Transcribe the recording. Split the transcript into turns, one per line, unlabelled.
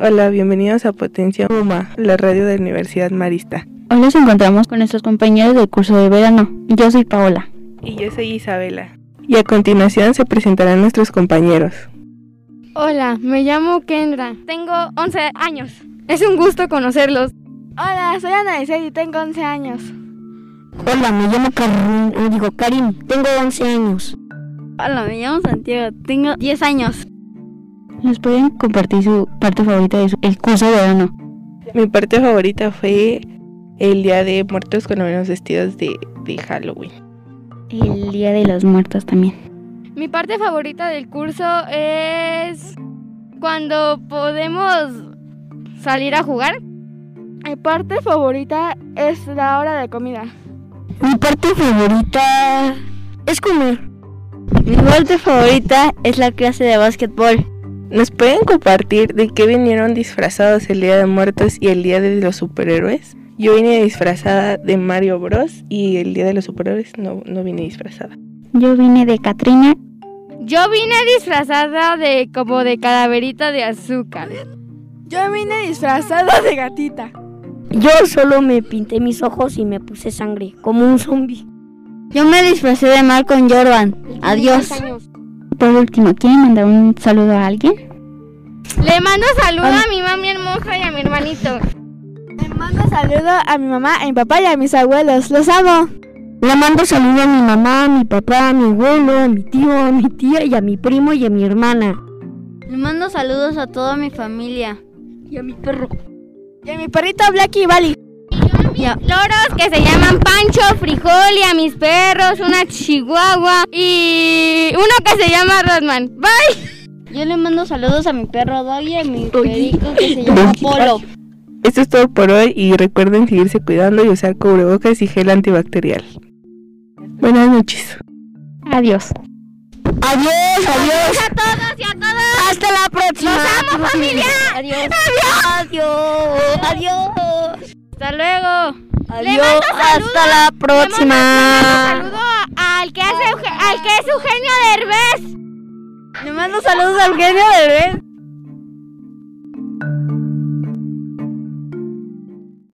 Hola, bienvenidos a Potencia Mamá, la radio de la Universidad Marista.
Hoy nos encontramos con nuestros compañeros del curso de verano. Yo soy Paola.
Y yo soy Isabela. Y a continuación se presentarán nuestros compañeros.
Hola, me llamo Kendra. Tengo 11 años. Es un gusto conocerlos. Hola, soy Ana Isel y tengo 11 años.
Hola, me llamo Karim, digo Karim, tengo 11 años.
Hola, me llamo Santiago, tengo 10 años.
¿Nos pueden compartir su parte favorita del el curso de verano?
Mi parte favorita fue el día de muertos cuando los vestidos de, de Halloween.
El día de los muertos también.
Mi parte favorita del curso es cuando podemos salir a jugar.
Mi parte favorita es la hora de comida.
Mi parte favorita es comer.
Mi parte favorita es la clase de básquetbol.
¿Nos pueden compartir de qué vinieron disfrazados el Día de Muertos y el Día de los Superhéroes? Yo vine disfrazada de Mario Bros y el Día de los Superhéroes no, no vine disfrazada.
Yo vine de Katrina.
Yo vine disfrazada de como de calaverita de azúcar.
Yo vine disfrazada de gatita.
Yo solo me pinté mis ojos y me puse sangre, como un zombie.
Yo me disfracé de Malcolm Jordan. Adiós.
Por último, ¿quieren mandar un saludo a alguien?
Le mando saludo a mi mami hermosa y a mi hermanito.
Le mando saludo a mi mamá, a mi papá y a mis abuelos. Los amo.
Le mando saludo a mi mamá, a mi papá, a mi abuelo, a mi tío, a mi tía y a mi primo y a mi hermana.
Le mando saludos a toda mi familia.
Y a mi perro.
Y a mi perrito Blacky y Bali.
Y a mis loros que se llaman Pancho, Frijol y a mis perros, una chihuahua y uno que se llama Rodman. Bye.
Yo le mando saludos a mi perro Doggy y a mi perico que se llama Polo.
Esto es todo por hoy y recuerden seguirse cuidando y usar cubrebocas y gel antibacterial. Buenas noches.
Adiós.
Adiós, adiós.
A todos y a todas.
Hasta la próxima.
¡Los amo familia!
Adiós.
Adiós. Adiós.
Hasta luego. Le
Adiós.
mando saludos.
Hasta la
Le
próxima.
mando saludo al que, hace, al que es Eugenio Derbez.
Le mando saludos a Eugenio Derbez.